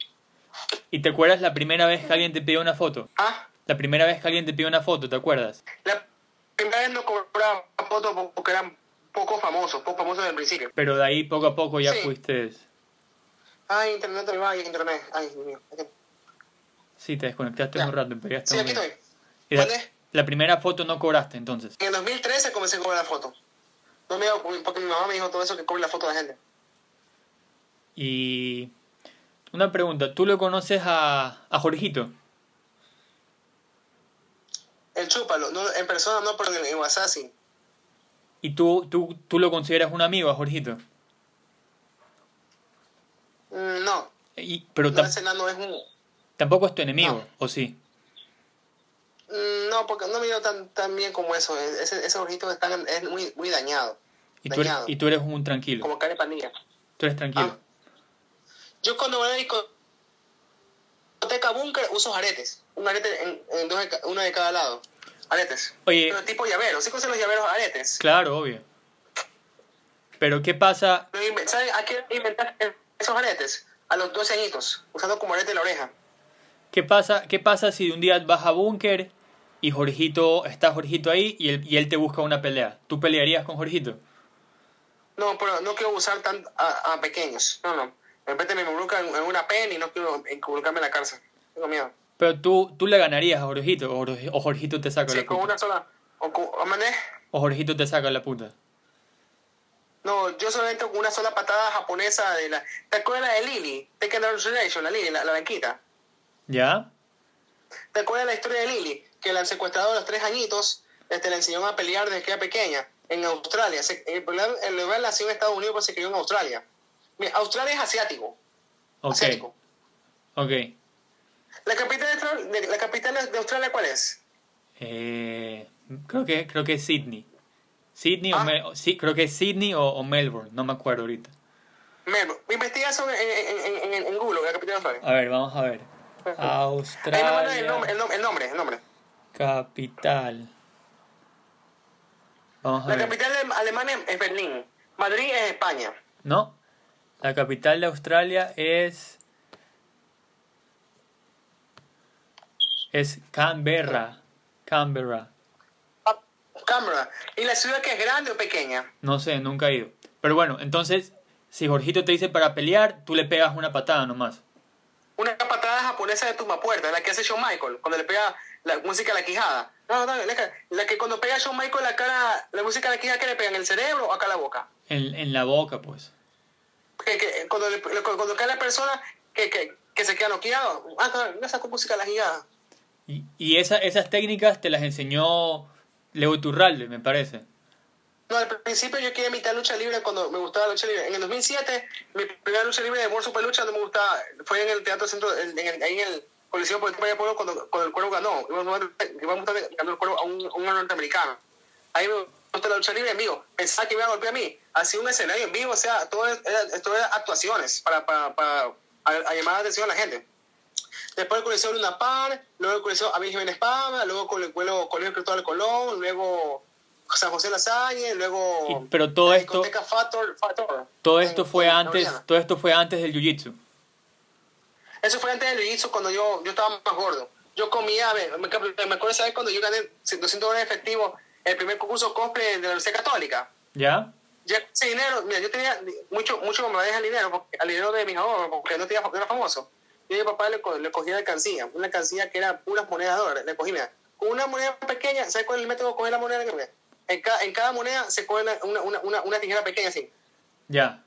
S1: y te acuerdas la primera vez que alguien te pidió una foto.
S2: Ah,
S1: La primera vez que alguien te pidió una foto, ¿te acuerdas?
S2: la primera vez no cobraba fotos porque eran poco famosos, poco famosos desde el principio.
S1: Pero de ahí poco a poco ya
S2: Sí.
S1: fuiste.
S2: Ay, internet, me va, ay, internet, ay, Dios mío.
S1: Sí, te desconectaste
S2: Ya.
S1: un rato, pero ya está
S2: Sí,
S1: muy
S2: aquí
S1: bien.
S2: estoy.
S1: Y la-
S2: ¿Dónde?
S1: la primera foto no cobraste entonces.
S2: En el 2013 comencé a cobrar la foto. No me dio- porque mi mamá me dijo todo eso que cobre la foto de la gente.
S1: Y una pregunta, ¿tú lo conoces a, a Jorgito?
S2: El chúpalo, no, en persona no, pero en, en WhatsApp sí.
S1: ¿Y tú, tú, tú lo consideras un amigo a Jorgito?
S2: Mm, No,
S1: Y, pero
S2: no,
S1: tam-
S2: ese no es un.
S1: tampoco es tu enemigo, ¿o sí?
S2: Mm, No, porque no me dio tan, tan bien como eso. E-, Ese, ese ojito está es muy, muy dañado.
S1: Y tú, eres,
S2: Dañado.
S1: y tú eres un tranquilo,
S2: Como cara de panilla.
S1: tú eres tranquilo.
S2: Ah. Yo cuando voy a la discoteca búnker uso aretes. Un arete en, en dos de ca- uno de cada lado. Aretes.
S1: Oye,
S2: Pero tipo llavero. Sí conocen los llaveros aretes.
S1: claro, obvio. Pero ¿qué pasa?
S2: Lo inven- ¿Saben a qué inventar esos aretes? A los 12 añitos, usando como arete la oreja.
S1: ¿Qué pasa, qué pasa si un día vas a búnker y Jorgito, está Jorgito ahí y él, y él te busca una pelea? ¿Tú pelearías con Jorgito?
S2: No, pero no quiero usar tan a, a pequeños. No, no. De repente me involucran en una pena y no quiero involucrarme en la cárcel. Tengo miedo.
S1: Pero tú, tú le ganarías a Jorgito o, Jorge- o Jorgito te saca
S2: Sí,
S1: la
S2: con
S1: puta.
S2: una sola. O con, o mané.
S1: O Jorgito te saca la puta.
S2: no, yo solamente con una sola patada japonesa de la. ¿Te acuerdas de Lily? ¿Te acuerdas de la Lily, la, la blanquita?
S1: ¿Ya?
S2: ¿Te acuerdas de la historia de Lily? Que la han secuestrado a los tres añitos, este, la enseñaron a pelear desde que era pequeña, en Australia. Se, el lugar el lugar nació en Estados Unidos, pero se crió en Australia. Mira, Australia es asiático.
S1: Ok,
S2: asiático.
S1: ok.
S2: ¿La capital, de, Austra- de- ¿La capital de Australia cuál es?
S1: Eh, creo que creo que es Sydney. Sydney o
S2: Ah.
S1: Mel- sí, creo que es Sydney o, o Melbourne, no me acuerdo ahorita.
S2: Melbourne. Investiga eso en, en, en- en- en Google, la capital de Australia.
S1: A ver, vamos a ver.
S2: Ahí me mandan el, nombre,
S1: Australia
S2: el, nom- el nombre, el nombre.
S1: capital. Vamos a
S2: La
S1: ver.
S2: capital de Alemania es Berlín. Madrid es España.
S1: No. La capital de Australia es es Canberra. Canberra.
S2: Ah, Canberra. ¿Y la ciudad que es grande o pequeña?
S1: No sé, nunca he ido. Pero bueno, entonces si Jorgito te dice para pelear, tú le pegas una patada nomás.
S2: Una patada japonesa de Tumapuerta, la que hace Shawn Michael, cuando le pega la música a la quijada. No, no, la que, la que cuando pega a Shawn Michael la cara, la música a la quijada que le pega en el cerebro o acá en la boca.
S1: En, en la boca, pues.
S2: Que, que- cuando, le- cuando cae la persona que, que, que se queda noqueado, ah, no, no sacó música a la quijada.
S1: Y, y esa- esas técnicas te las enseñó Leo Iturralde, me parece.
S2: No, al principio yo quería imitar lucha libre cuando me gustaba la lucha libre. En el 2007, mi primera lucha libre de amor super lucha no me gustaba. Fue en el Teatro Centro, en el, ahí en el Coliseo Político de Pueblo cuando, cuando el cuervo ganó. Iván Mutante ganó el cuervo a un, a un norteamericano. Ahí me gustó la lucha libre en vivo. Pensaba que iba a golpear a mí. Así un escenario en vivo, o sea, todo es- era, todo era actuaciones para, para, para a- a llamar la atención a la gente. Después el Coliseo Luna Par, luego el Coliseo Abel Jiménez Pava, luego con el Colegio Cristóbal Colón, luego San José Lasalle, luego.
S1: Y- pero todo
S2: Oh, la
S1: esto-
S2: discoteca Factor, Factor.
S1: Todo
S2: en-
S1: esto fue
S2: en
S1: antes,
S2: Oriana.
S1: todo esto fue antes del jiu-jitsu.
S2: Eso fue antes del jiu cuando yo, yo estaba más gordo. Yo comía, me, me me acuerdo esa vez cuando yo gané 200 dólares efectivos el primer concurso cosplay de la Universidad Católica.
S1: ¿Ya?
S2: Ya con ese dinero, mira, yo tenía mucho, mucho me deja el dinero, porque, al dinero de mis ahorros, porque no tenía no era famoso. Yo a mi papá le, co- le cogía la alcancía, una alcancía que era puras monedas de dólares, le cogí mira, con una moneda pequeña, ¿sabes cuál es el método de coger la moneda? En, ca- en cada moneda se coge la- una, una, una, una tijera pequeña así.
S1: Ya.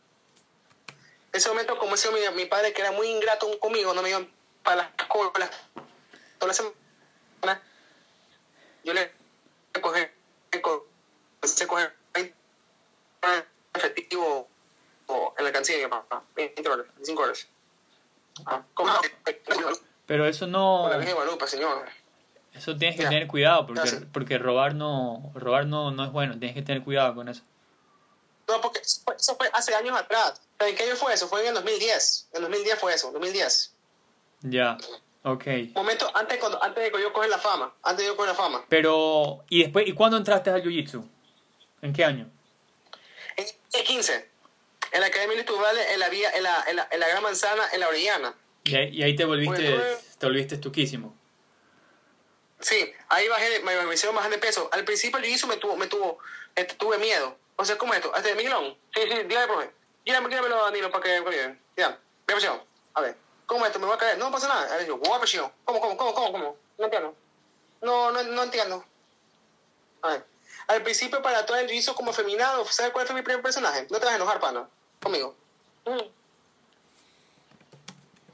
S2: En ese momento, como decía mi, mi padre, que era muy ingrato conmigo, no me dio para las colas toda la semana, yo le le cogí, le co- empecé a coger 20 dólares efectivo o en la alcancía de mi papá, 20 dólares, 25 dólares. Ah, ¿Cómo?
S1: Pero eso no,
S2: Con la Virgen de Guadalupe, señor.
S1: eso tienes que
S2: Ya.
S1: tener cuidado porque,
S2: Gracias.
S1: porque robar no, robar no, no es bueno. Tienes que tener cuidado con eso.
S2: No, porque eso fue, eso fue hace años atrás. ¿En qué año fue eso? Fue en el 2010. En 2010 fue eso, 2010.
S1: Ya. Ok.
S2: Momento antes, cuando, antes de que yo coger la fama. Antes de yo coger la fama.
S1: Pero y después, ¿y cuándo entraste al jiu-jitsu? ¿En qué año?
S2: En el 15, en la Academia Litubale, en la, vía, en, la, en, la, en la Gran Manzana, en la Orellana.
S1: Y ahí, y ahí te volviste,
S2: Bueno, eh.
S1: te volviste tuquísimo.
S2: Sí, ahí bajé, de- me, me hicieron bajar de peso. Al principio el jiu me tuvo, me tuvo, este, tuve miedo. O sea, ¿cómo es esto? ¿Este de Miguelón? Sí, sí, dígame, profe. Dígame, dígamelo, Danilo, para que me bien. Ya, me presión. A ver, ¿cómo es esto? ¿Me va a caer? No pasa nada. A ver, yo, voy a presión. ¿Cómo, cómo, cómo, cómo, cómo? No entiendo. No, no, no entiendo. A ver, al principio para todo el jiu como feminado, ¿sabes cuál fue mi primer personaje? No te vas a enojar, pana, conmigo. Mm.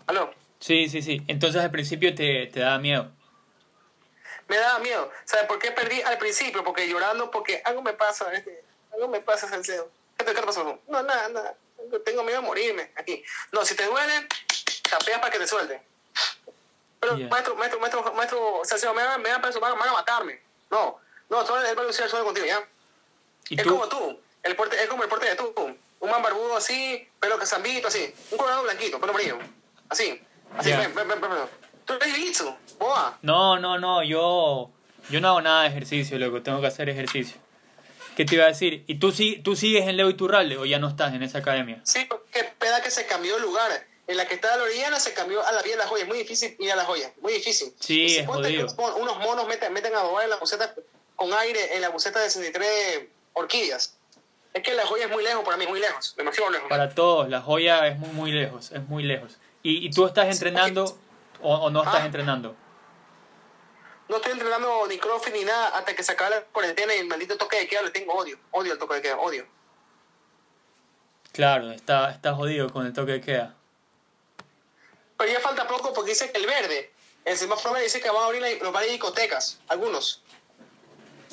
S2: ¿Aló?
S1: Sí, sí, sí. Entonces al principio te, te daba miedo.
S2: me daba miedo. ¿Sabes por qué perdí al principio? Porque llorando, porque algo me pasa, este, algo me pasa, Salcedo. ¿Qué te, qué te pasó? No, nada, nada. Tengo miedo a morirme aquí. No, si te duele, tapeas para que te suelte. Pero,
S1: Ya.
S2: maestro, maestro, maestro, maestro, Salcedo, me van, me van, a preso, van, van a matarme. No, no, todo el valor social suena contigo, ¿ya?
S1: ¿Y
S2: es
S1: tú?
S2: como tú. El porte, es como el porte de tú. Un man barbudo así, pelo que zambito, así. Un colorado blanquito, pelo amarillo. Así. Así,
S1: Ya.
S2: ven, ven, ven, ven, ven. Tú eres jiu-jitsu, boa.
S1: No, no, no, yo, yo no hago nada de ejercicio, loco, tengo que hacer ejercicio. ¿Qué te iba a decir? ¿Y tú, sí- tú sigues en Leo Iturralde o ya no estás en esa academia?
S2: Sí, porque peda que se cambió el lugar. En la que estaba la Oriana se cambió a la vía de la joya. Es muy difícil ir a la joya. Muy difícil.
S1: Sí,
S2: Y si
S1: es
S2: ponte que
S1: jodido.
S2: unos mon- unos monos meten, meten a robar en la buceta con aire en la buceta de 63 orquídeas. Es que la joya es muy lejos para mí, muy lejos. Demasiado lejos.
S1: Para todos, la joya es muy, muy lejos, es muy lejos. ¿Y, y tú estás entrenando o, o no estás
S2: Ah.
S1: entrenando?
S2: No estoy entrenando ni crossfit ni nada hasta que se acabe la cuarentena y el maldito toque de queda le tengo odio. Odio el toque de queda, odio.
S1: Claro, está, está jodido con el toque de queda.
S2: Pero ya falta poco porque dice que el verde, el semáforo verde dice que van a abrir la- los bares y discotecas, algunos.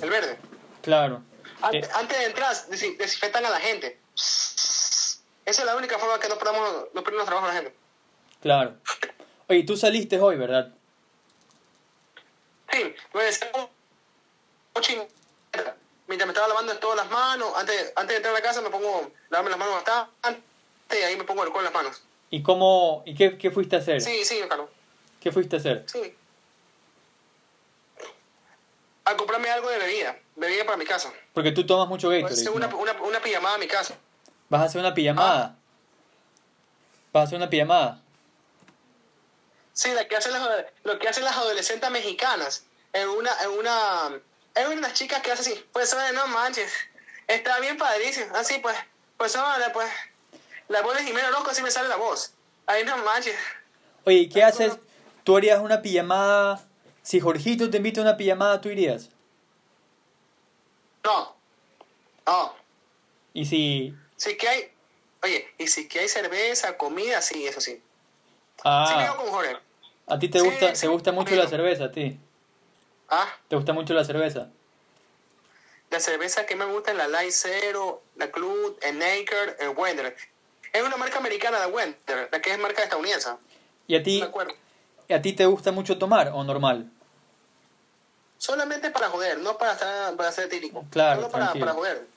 S2: El verde.
S1: Claro.
S2: Ante-
S1: Eh,
S2: Antes de entrar, desi- desinfectan a la gente. Esa es la única forma que no perdamos, no perdamos trabajo a la gente.
S1: claro. Oye, tú saliste hoy, ¿verdad?
S2: Sí, me decían ocho y media. Mientras me estaba lavando en todas las manos, antes, antes de entrar a la casa me pongo, lavarme las manos bastante, y ahí me pongo alcohol en las manos.
S1: ¿Y cómo, y qué, qué fuiste a hacer?
S2: Sí, sí, Carlos,
S1: ¿Qué fuiste a hacer?
S2: sí. A comprarme algo de bebida, bebida para mi casa.
S1: Porque tú tomas mucho
S2: Voy a
S1: Gatorade.
S2: hacer Pues, una,
S1: ¿no?
S2: una, una pijamada a mi casa.
S1: Vas a hacer una
S2: Ah.
S1: pijamada. Vas a hacer una pijamada.
S2: Sí, la que hacen las, lo que hacen las adolescentes mexicanas. En una, en una, en unas chicas que hacen así, pues oye, no manches, está bien padrísimo. Así pues, pues ahora pues, la voz de Jimena Orozco así me sale la voz. Ahí no manches.
S1: Oye, ¿y
S2: Ah,
S1: qué haces? ¿Tú harías una pijamada? Si Jorgito te invita a una pijamada, ¿tú irías?
S2: No, no.
S1: Y si...
S2: Sí que hay, oye, y sí que hay cerveza, comida, sí, eso sí. Sí me
S1: Ah,
S2: quedo con Jorge.
S1: ¿A ti te
S2: Sí,
S1: gusta,
S2: sí,
S1: te gusta mucho
S2: pero-
S1: la cerveza, a ti?
S2: Ah,
S1: ¿Te gusta mucho la cerveza?
S2: la cerveza que me gusta es la Light Zero, la Club, el Naked, el Wender. Es una marca americana, la Wender, la que es marca estadounidense.
S1: ¿Y a ti,
S2: No me acuerdo.
S1: a ti te gusta mucho tomar o normal?
S2: Solamente para joder, no para, estar- para ser típico.
S1: Claro,
S2: Solo para,
S1: tranquilo.
S2: para joder.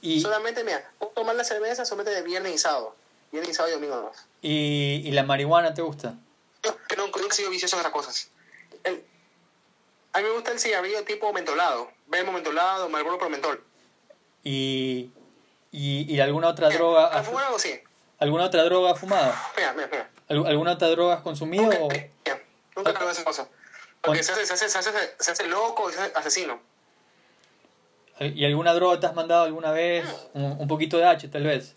S1: Y,
S2: Solamente, mira, puedo tomar la cerveza solamente de viernes y sábado. Viernes y sábado y domingo nomás.
S1: y, y la marihuana te gusta?
S2: Yo que nunca, nunca he sido vicioso en otras cosas. El- a mí me gusta el cigarrillo tipo mentolado. Vermo mentolado, Marlboro por mentol.
S1: ¿Y, y, y alguna otra
S2: Mira,
S1: droga? ah,
S2: ¿Al
S1: has-
S2: fútbol algo sí?
S1: ¿Alguna otra droga has fumado?
S2: Mira, mira, mira.
S1: ¿Al- ¿Alguna otra droga has consumido?
S2: Nunca, eh,
S1: o-
S2: mira, nunca probé esa cosa. Porque
S1: Con-
S2: se hace, se, hace, se, hace, se hace loco, se hace asesino.
S1: Eh, ¿Y alguna droga te has mandado alguna vez?
S2: Ah.
S1: Un, un poquito de H, tal vez.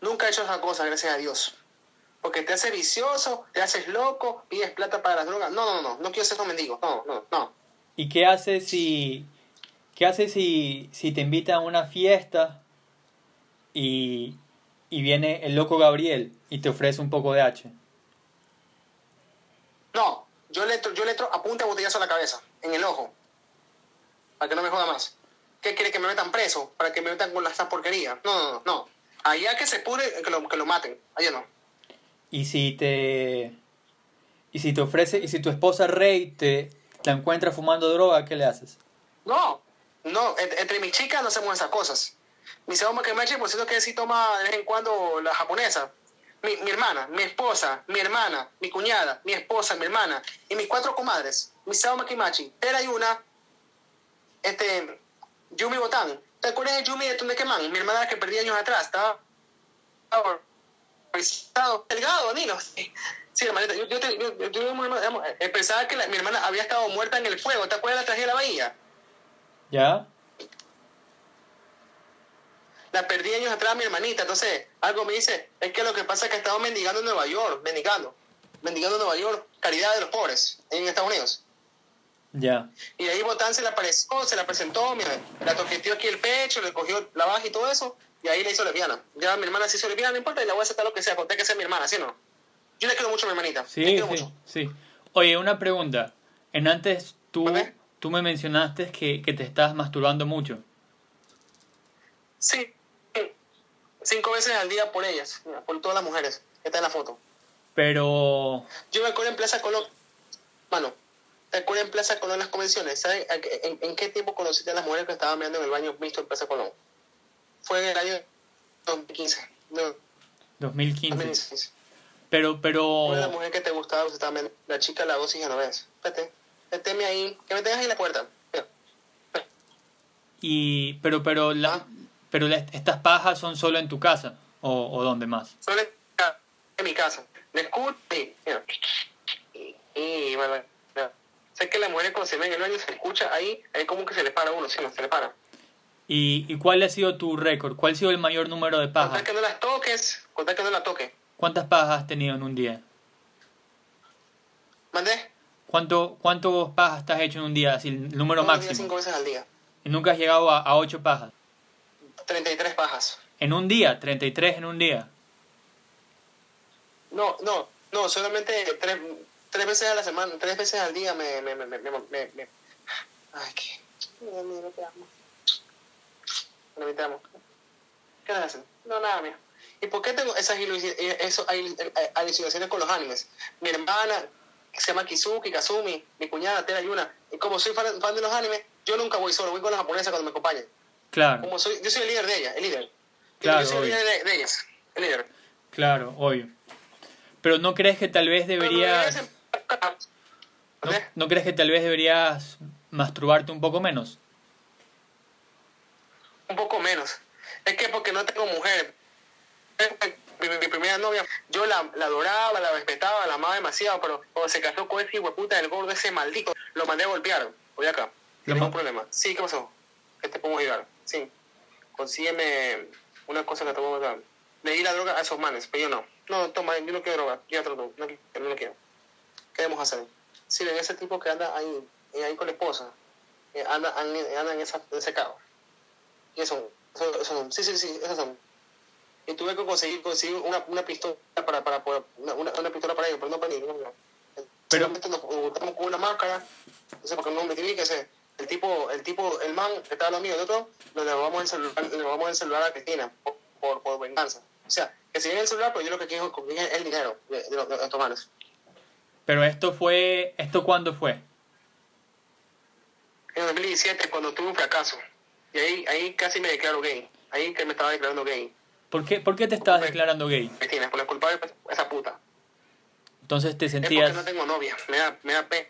S2: Nunca he hecho esa cosa, gracias a Dios. Porque te hace vicioso, te haces loco, pides plata para las drogas. No, no, no, no, no quiero ser un mendigo. No, no, no.
S1: ¿Y qué haces si, qué haces si, si te invitan a una fiesta y, y viene el loco Gabriel y te ofrece un poco de H?
S2: No, yo le, entro- yo le entro a punta de botellazo a la cabeza, en el ojo. Para que no me joda más. ¿Qué quiere que me metan preso? Para que me metan con la- esta porquería. No, no, no, no. Allá que se pudre, eh, que lo, que lo maten. Allá no.
S1: ¿Y si te, y si te ofrece, y si tu esposa Rey te, te encuentra fumando droga, qué le haces?
S2: No, no, en- entre mis chicas no hacemos esas cosas. Mi segunda que meche, por cierto que sí toma de vez en cuando la japonesa. Mi, mi hermana, mi esposa, mi hermana, mi cuñada, mi esposa, mi hermana y mis cuatro comadres. Mi Sao Kimachi, Tera Yuna, este, Yumi Botán. ¿Te acuerdas de Yumi de Tundekeman? Mi hermana que perdí años atrás, estaba estaba estaba delgado, Nino. Sí, Sí, hermanita, yo, yo, te- yo, yo- yo- digamos, eh, pensaba que la- mi hermana había estado muerta en el fuego. ¿Te acuerdas de la tragedia de la bahía?
S1: ¿Ya?
S2: la perdí años atrás a mi hermanita. Entonces, algo me dice, es que lo que pasa es que he estado mendigando en Nueva York, mendigando, mendigando en Nueva York, caridad de los pobres en Estados Unidos.
S1: Ya.
S2: Y de ahí Botán se le apareció, se la presentó, mira, la toqueteó aquí el pecho, le cogió la baja y todo eso, y ahí le hizo lesbiana. Ya mi hermana se hizo lesbiana, no importa, y la voy a aceptar lo que sea, conté que sea mi hermana, ¿sí o no? Yo le quiero mucho a mi hermanita,
S1: Sí,
S2: le quiero
S1: sí,
S2: mucho.
S1: sí. Oye, una pregunta. En antes tú,
S2: ¿Vale?
S1: tú me mencionaste que, que te estabas masturbando mucho.
S2: Sí, cinco veces al día por ellas, mira, por todas las mujeres que están en la foto.
S1: Pero
S2: Yo me acuerdo en Plaza Colón, mano, ¿te acuerdas en Plaza Colón las convenciones? ¿Sabes a qué- en, en qué tiempo conociste a las mujeres que estaban mirando en el baño mixto en Plaza Colón? Fue en el año 2015, no,
S1: 2015.
S2: 2016.
S1: Pero, pero...
S2: Fue la mujer que te gustaba, usted también, la chica la dosis genovés. Vete, meteme ahí, que me tengas ahí en la puerta. Mira,
S1: Y, pero, pero, la,
S2: Ah.
S1: pero la- estas pajas son solo en tu casa o, o donde más.
S2: Solo en ca- en mi casa, me escuché, mira. Y, y, bueno, mira. Sé que las mujeres cuando se ven en el baño se escucha ahí, es como que se le para a uno, sí, no, se le para.
S1: ¿Y, y cuál ha sido tu récord? ¿Cuál ha sido el mayor número de
S2: Contar
S1: pajas?
S2: que no las toques, contar que no las toques.
S1: ¿Cuántas pajas has tenido en un día?
S2: ¿Mandé?
S1: ¿Cuánto, ¿Cuántos pajas te has hecho en un día? Así, el número
S2: Todos los días,
S1: máximo.
S2: cinco veces al día.
S1: Y nunca has llegado a, a 8 pajas.
S2: 33 pajas.
S1: En un día, 33 en un día.
S2: No, no, no, solamente tres, tres veces a la semana, tres veces al día me... me, me, me, me, me- me- Ay, qué... Mira, mira, te amo. Mira, te amo. ¿Qué estás haciendo? No, nada, mira. ¿Y por qué tengo esas ilu- eh, eso, al- eh, alucinaciones con los animes? Mi hermana, que se llama Kizuki, Kazumi, mi cuñada, Tera Yuna. Y como soy fan, fan de los animes, yo nunca voy solo, voy con la japonesa cuando me acompañan.
S1: Claro,
S2: Como soy, yo soy el líder de ellas, el líder.
S1: Claro,
S2: yo soy el
S1: obvio.
S2: líder de, de ellas, el líder.
S1: claro, obvio. Pero ¿no crees que tal vez deberías... ¿No,
S2: ¿Vale?
S1: no crees que tal vez deberías masturbarte un poco menos?
S2: Un poco menos. Es que porque no tengo mujer. Mi, mi- mi primera novia, yo la, la adoraba, la respetaba, la amaba demasiado, pero cuando se casó con ese hijo puta del gordo, ese maldito, lo mandé a golpear. Voy acá.
S1: Lo
S2: Tengo
S1: ma-
S2: un problema. Sí, ¿qué pasó? ¿Qué te podemos ayudar? Sí. Consígueme una cosa que te podemos dar. Le di la droga a esos manes, pero yo no. No, toma, yo no quiero droga. Yo ya trato. No, qui- no lo quiero. ¿Qué debemos hacer? Si ven ese tipo que anda ahí, eh, ahí con la esposa, eh, anda, anda- anda en, esa, en ese caos. Y eso, eso, eso son. Sí, sí, sí, esos son. y tuve que conseguir, conseguir una, una pistola para, para poder, una, una, una pistola para ellos, pero no para ellos.
S1: Pero-
S2: Pero nos juntamos con una máscara, no sé por qué no me tiene que hacer. El tipo, el tipo, el man que estaba lo mío, el otro, le robamos el celular, le robamos el celular a Cristina por, por, por venganza. O sea, que se viene el celular, pero yo lo que quiero conmigo es el dinero de, de, los- de estos manes.
S1: Pero esto fue, ¿esto cuándo fue?
S2: En 2017, cuando tuve un fracaso, y ahí, ahí casi me declaro gay. Ahí que me estaba declarando gay.
S1: ¿Por qué, por qué te estabas
S2: Ok.
S1: declarando gay?
S2: Cristina, por la culpa de esa puta.
S1: Entonces te
S2: Es porque
S1: sentías,
S2: no ¿Ah? tengo novia, me da, me da pena.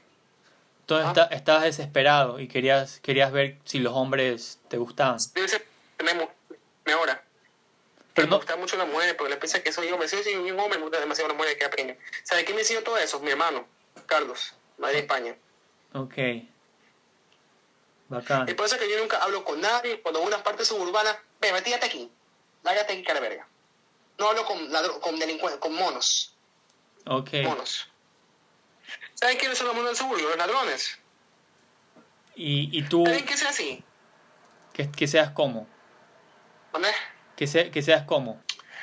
S1: entonces esta- estabas desesperado y querías, querías ver si los hombres te gustaban.
S2: Debe ser tenemos ahora.
S1: Pero
S2: me
S1: no-
S2: gusta mucho la mujer, porque le piensa que soy hombre. Si yo soy un hombre, me gusta demasiado la mujer que pequeña. ¿Sabe quién me enseñó todo eso? Mi hermano, Carlos,
S1: Ah.
S2: Madrid, España.
S1: Ok. Bacán.
S2: Y por eso es que yo nunca hablo con nadie. Cuando voy a unas partes suburbanas, ve, metírate aquí. Vágate aquí, cara verga. No hablo con, ladro- con delincuentes, con monos. pues,
S1: Ok.
S2: Monos. ¿Saben quiénes son los monos del suburbio? Los ladrones.
S1: Y, y tú,
S2: ¿Saben que es así?
S1: que, que seas como.
S2: ¿Dónde?
S1: Que, se- que seas como.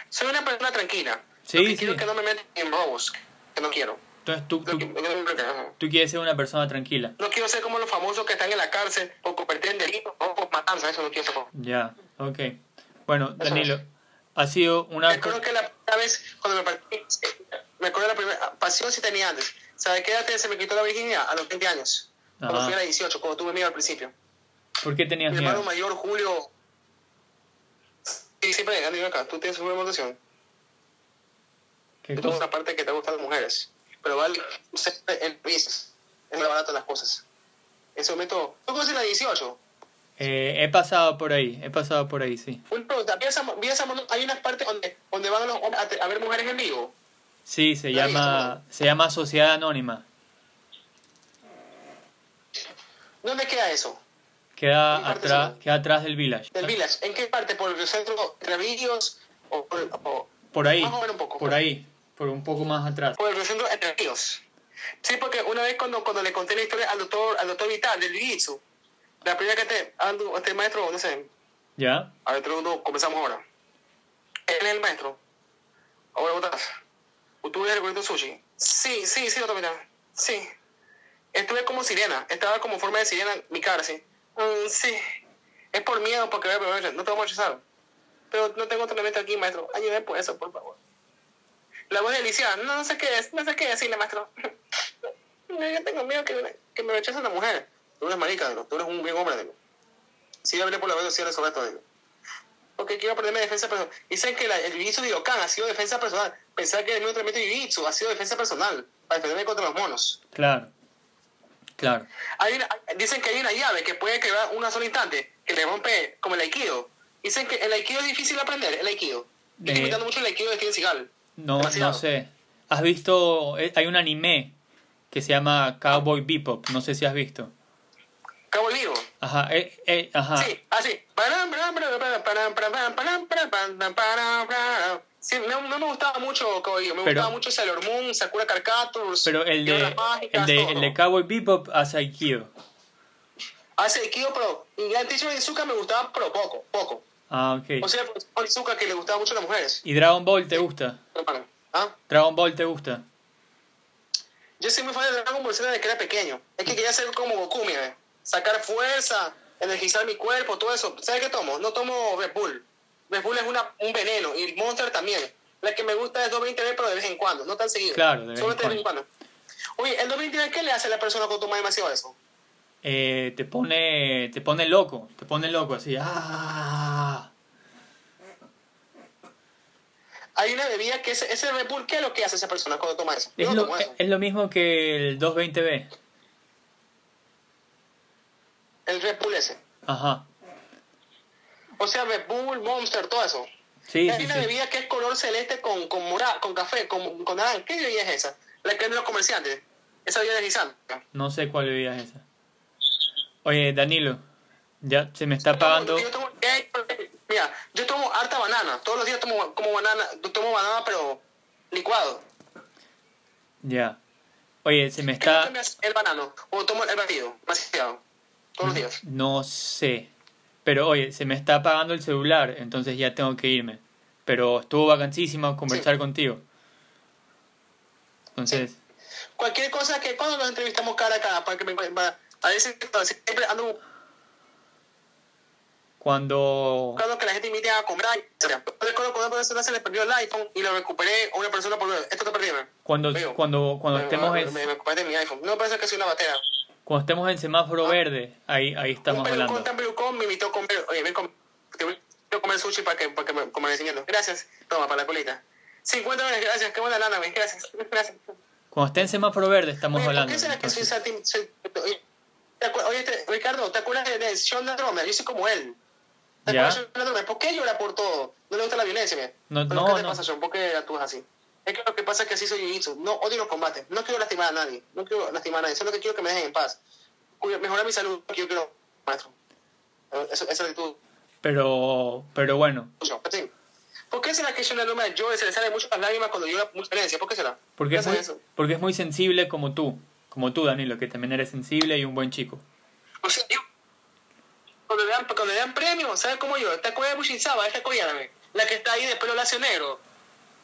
S2: Soy una persona tranquila.
S1: Sí,
S2: Lo que
S1: sí.
S2: quiero es que no me metan en robos, que no quiero.
S1: Entonces tú,
S2: Lo
S1: tú,
S2: que- lo que- lo que- ajá.
S1: tú quieres ser una persona tranquila.
S2: No quiero ser como los famosos que están en la cárcel por cometer en delito o por matanza, eso no quiero ser.
S1: Ya, ok. Bueno,
S2: es.
S1: Danilo, ha sido
S2: Me
S1: una...
S2: acuerdo que la primera vez, cuando me partí, me acuerdo la primera pasión si tenía antes. ¿Sabes qué edad se me quitó la virginidad? A los 20 años. Cuando
S1: Ajá.
S2: fui a la 18, cuando tuve miedo al principio.
S1: ¿Por qué tenías
S2: Mi hermano
S1: miedo?
S2: mayor, Julio. Sí, siempre Andy, ven acá, tú tienes una emoción.
S1: ¿Qué
S2: Tú
S1: cosa?
S2: una parte que te gustan las mujeres. Pero vale, siempre el bis es lo barato de las cosas. En ese momento, ¿tú conoces la 18?
S1: Eh, he pasado por ahí, he pasado por ahí, sí.
S2: Una pregunta, ¿vi esa, vi esa mono- hay unas partes donde, donde van los hombres a, te- a ver mujeres en vivo.
S1: Sí, se
S2: Lo he visto,
S1: llama, se llama Sociedad Anónima.
S2: ¿Dónde queda eso?
S1: Queda
S2: ¿En parte
S1: atrás,
S2: sí?
S1: queda atrás del village.
S2: ¿Del village? ¿En qué parte? ¿Por el centro de Ríos? ¿O por, o-
S1: Por ahí,
S2: Más o menos un poco.
S1: por ahí, por un poco más atrás.
S2: por el centro de Ríos? Sí, porque una vez cuando, cuando le conté la historia al doctor, al doctor Vital del Jiu-Jitsu, la primera que te, ando- este maestro, no sé,
S1: ¿Ya?
S2: a ver, no, comenzamos ahora. Él es el maestro. Ahora votas. ¿Tú eres el gorrito sushi? Sí, sí, sí, doctor Vital. Sí. Estuve como sirena, estaba como forma de sirena mi cara, sí. Mm, sí. Es por miedo, porque voy a probar, no te vamos a rechazar. Pero no tengo entrenamiento aquí, maestro. Ayúdame por eso, por favor. La voz de Alicia, no, no sé qué es, no sé qué decirle, maestro. No, yo tengo miedo que, que me rechace una mujer. Tú eres marica, digo. Tú eres un buen hombre, digo. Sí, hablé por la redes sociales sobre esto, digo. Porque quiero aprenderme defensa personal. Dicen que la- el jiu-jitsu de Okan ha sido defensa personal. Pensar que el nuevo entrenamiento de jiu-jitsu ha sido defensa personal. Para defenderme contra los monos.
S1: Claro, claro.
S2: Hay una- dicen que hay una llave que puede quebrar una sola instante, que le rompe como el aikido. Dicen que el aikido es difícil de aprender, el aikido.
S1: De-
S2: Estoy imitando mucho el aikido de Steven Seagal.
S1: No,
S2: Demasiado.
S1: no sé. ¿Has visto? eh, Hay un anime que se llama Cowboy Bebop. No sé si has visto.
S2: Cabo vivo.
S1: Ajá, eh, eh, ajá.
S2: Sí, así. Param, param, param, param, param, param, param, param, param, param, param. Sí, no, no me gustaba mucho Cabo Vivo, me
S1: Pero-
S2: gustaba mucho Sailor Moon, Sakura Carcators,
S1: Pero el de,
S2: Guerras Mágicas,
S1: el de,
S2: todo.
S1: el de Cowboy Bebop hace Aikido.
S2: Hace Aikido, Ah, pero y Gran Teacher Onizuka me gustaba, pero poco, poco.
S1: Ah, ok.
S2: O sea, el profesor Onizuka que le gustaba mucho a las mujeres.
S1: ¿Y Dragon Ball te gusta?
S2: hermano. ¿Ah?
S1: ¿Dragon Ball te gusta?
S2: Yo soy muy fan de Dragon Ball Z desde que era pequeño. Es que quería ser como Goku, mire. Sacar fuerza, energizar mi cuerpo, todo eso. ¿Sabes qué tomo? No tomo Red Bull. Red Bull es una, un veneno y Monster también. La que me gusta es 220B, pero de vez en cuando, no tan seguido.
S1: Claro, de vez
S2: Solo
S1: en
S2: Oye, ¿el 220B qué le hace a la persona cuando toma demasiado eso?
S1: Eh, te pone te pone loco, te pone loco así. Ah.
S2: Hay una bebida que es, ese Red Bull, ¿qué es lo que hace esa persona cuando toma eso?
S1: Es
S2: Yo no
S1: lo,
S2: tomo eso.
S1: es lo mismo que el 220B.
S2: El Red Bull ese.
S1: Ajá.
S2: O sea, Red Bull, Monster, todo eso.
S1: Sí,
S2: hay
S1: sí,
S2: una
S1: sí.
S2: bebida que es color celeste con, con morado, con café, con, con naranja. ¿Qué bebida es esa? La que venden los comerciantes. Esa bebida deslizante.
S1: No sé cuál bebida es esa. Oye, Danilo, ya se me está apagando.
S2: Yo tomo- eh, mira, yo tomo harta banana. Todos los días tomo como banana, yo tomo banana pero licuado.
S1: Ya. Oye, se me
S2: ¿Qué es lo
S1: está.
S2: que me hace el banano? O tomo el batido, demasiado. Todos los días.
S1: No sé. Pero oye, se me está apagando el celular, entonces ya tengo que irme. Pero estuvo vacancísima conversar contigo. Entonces,
S2: Cualquier cosa que cuando nos entrevistamos cara a cara, para que me para- a veces siempre ando
S1: cuando...
S2: buscando que la gente invite a comprar. O sea, yo recuerdo cuando a una persona se le perdió el iPhone y lo recuperé a una persona por esto te perdí. ¿verdad?
S1: Cuando,
S2: Amigo,
S1: cuando, cuando,
S2: me,
S1: estemos
S2: me,
S1: en,
S2: me recuperé mi iPhone. No parece que soy una batera.
S1: cuando estemos en
S2: Ah.
S1: semáforo verde, ahí, ahí
S2: un
S1: estamos hablando.
S2: pelucón tan pelucón me invitó a comer. Oye, ven com- te voy- quiero comer sushi para que, para que me, como le enseñando. Gracias. Toma, para la colita. 50 dólares, gracias. Qué buena lana, men. Gracias. Gracias.
S1: Cuando esté en semáforo verde estamos
S2: Oye, ¿Por
S1: hablando.
S2: qué será que soy
S1: entonces.
S2: Santi? soy- oye, ¿te acuer- Oye, te- Ricardo, ¿te acuerdas de, de Sean Ladrona? Yo soy como él. ¿Te
S1: Ya.
S2: acuerdas de Sean Ladrona? ¿Por qué llora por todo? No le gusta la violencia, mira.
S1: No,
S2: Pero,
S1: no,
S2: ¿Qué te
S1: no.
S2: pasa, Sean? ¿Por qué actúas así? Es que lo que pasa es que así soy yo. No odio los combates. No quiero lastimar a nadie. No quiero lastimar a nadie. Solo que quiero que me dejen en paz. Cuida- Mejorar mi salud. que Yo quiero, maestro. Eh, Eso, esa es la actitud.
S1: Pero, pero bueno,
S2: Yo, sí. ¿Por qué será que Sean Ladrona a Joe se le salen muchas lágrimas cuando llora mucha violencia? ¿Por qué será?
S1: porque es,
S2: ¿Qué hace
S1: muy,
S2: eso?
S1: porque es muy sensible como tú, como tú Danilo, que también eres sensible y un buen chico.
S2: O sea, yo, cuando le dan, cuando le dan premios, ¿sabes cómo yo? Esta coreana Bushinzaba, esta coreana, ve, la que está ahí de pelo lacio negro,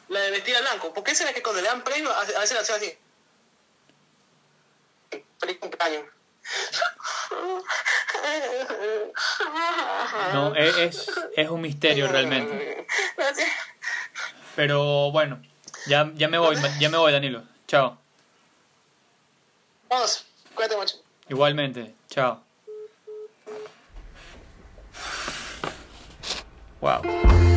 S2: la de vestida blanco. ¿Por qué será que cuando le dan premios, a a veces la hacen así? Feliz cumpleaños. Ah.
S1: No, es, es, es un misterio realmente.
S2: Gracias.
S1: Pero bueno, ya, ya me voy, ya me voy Danilo. Chao.
S2: Vamos, cuídate mucho.
S1: Igualmente, chao. Wow.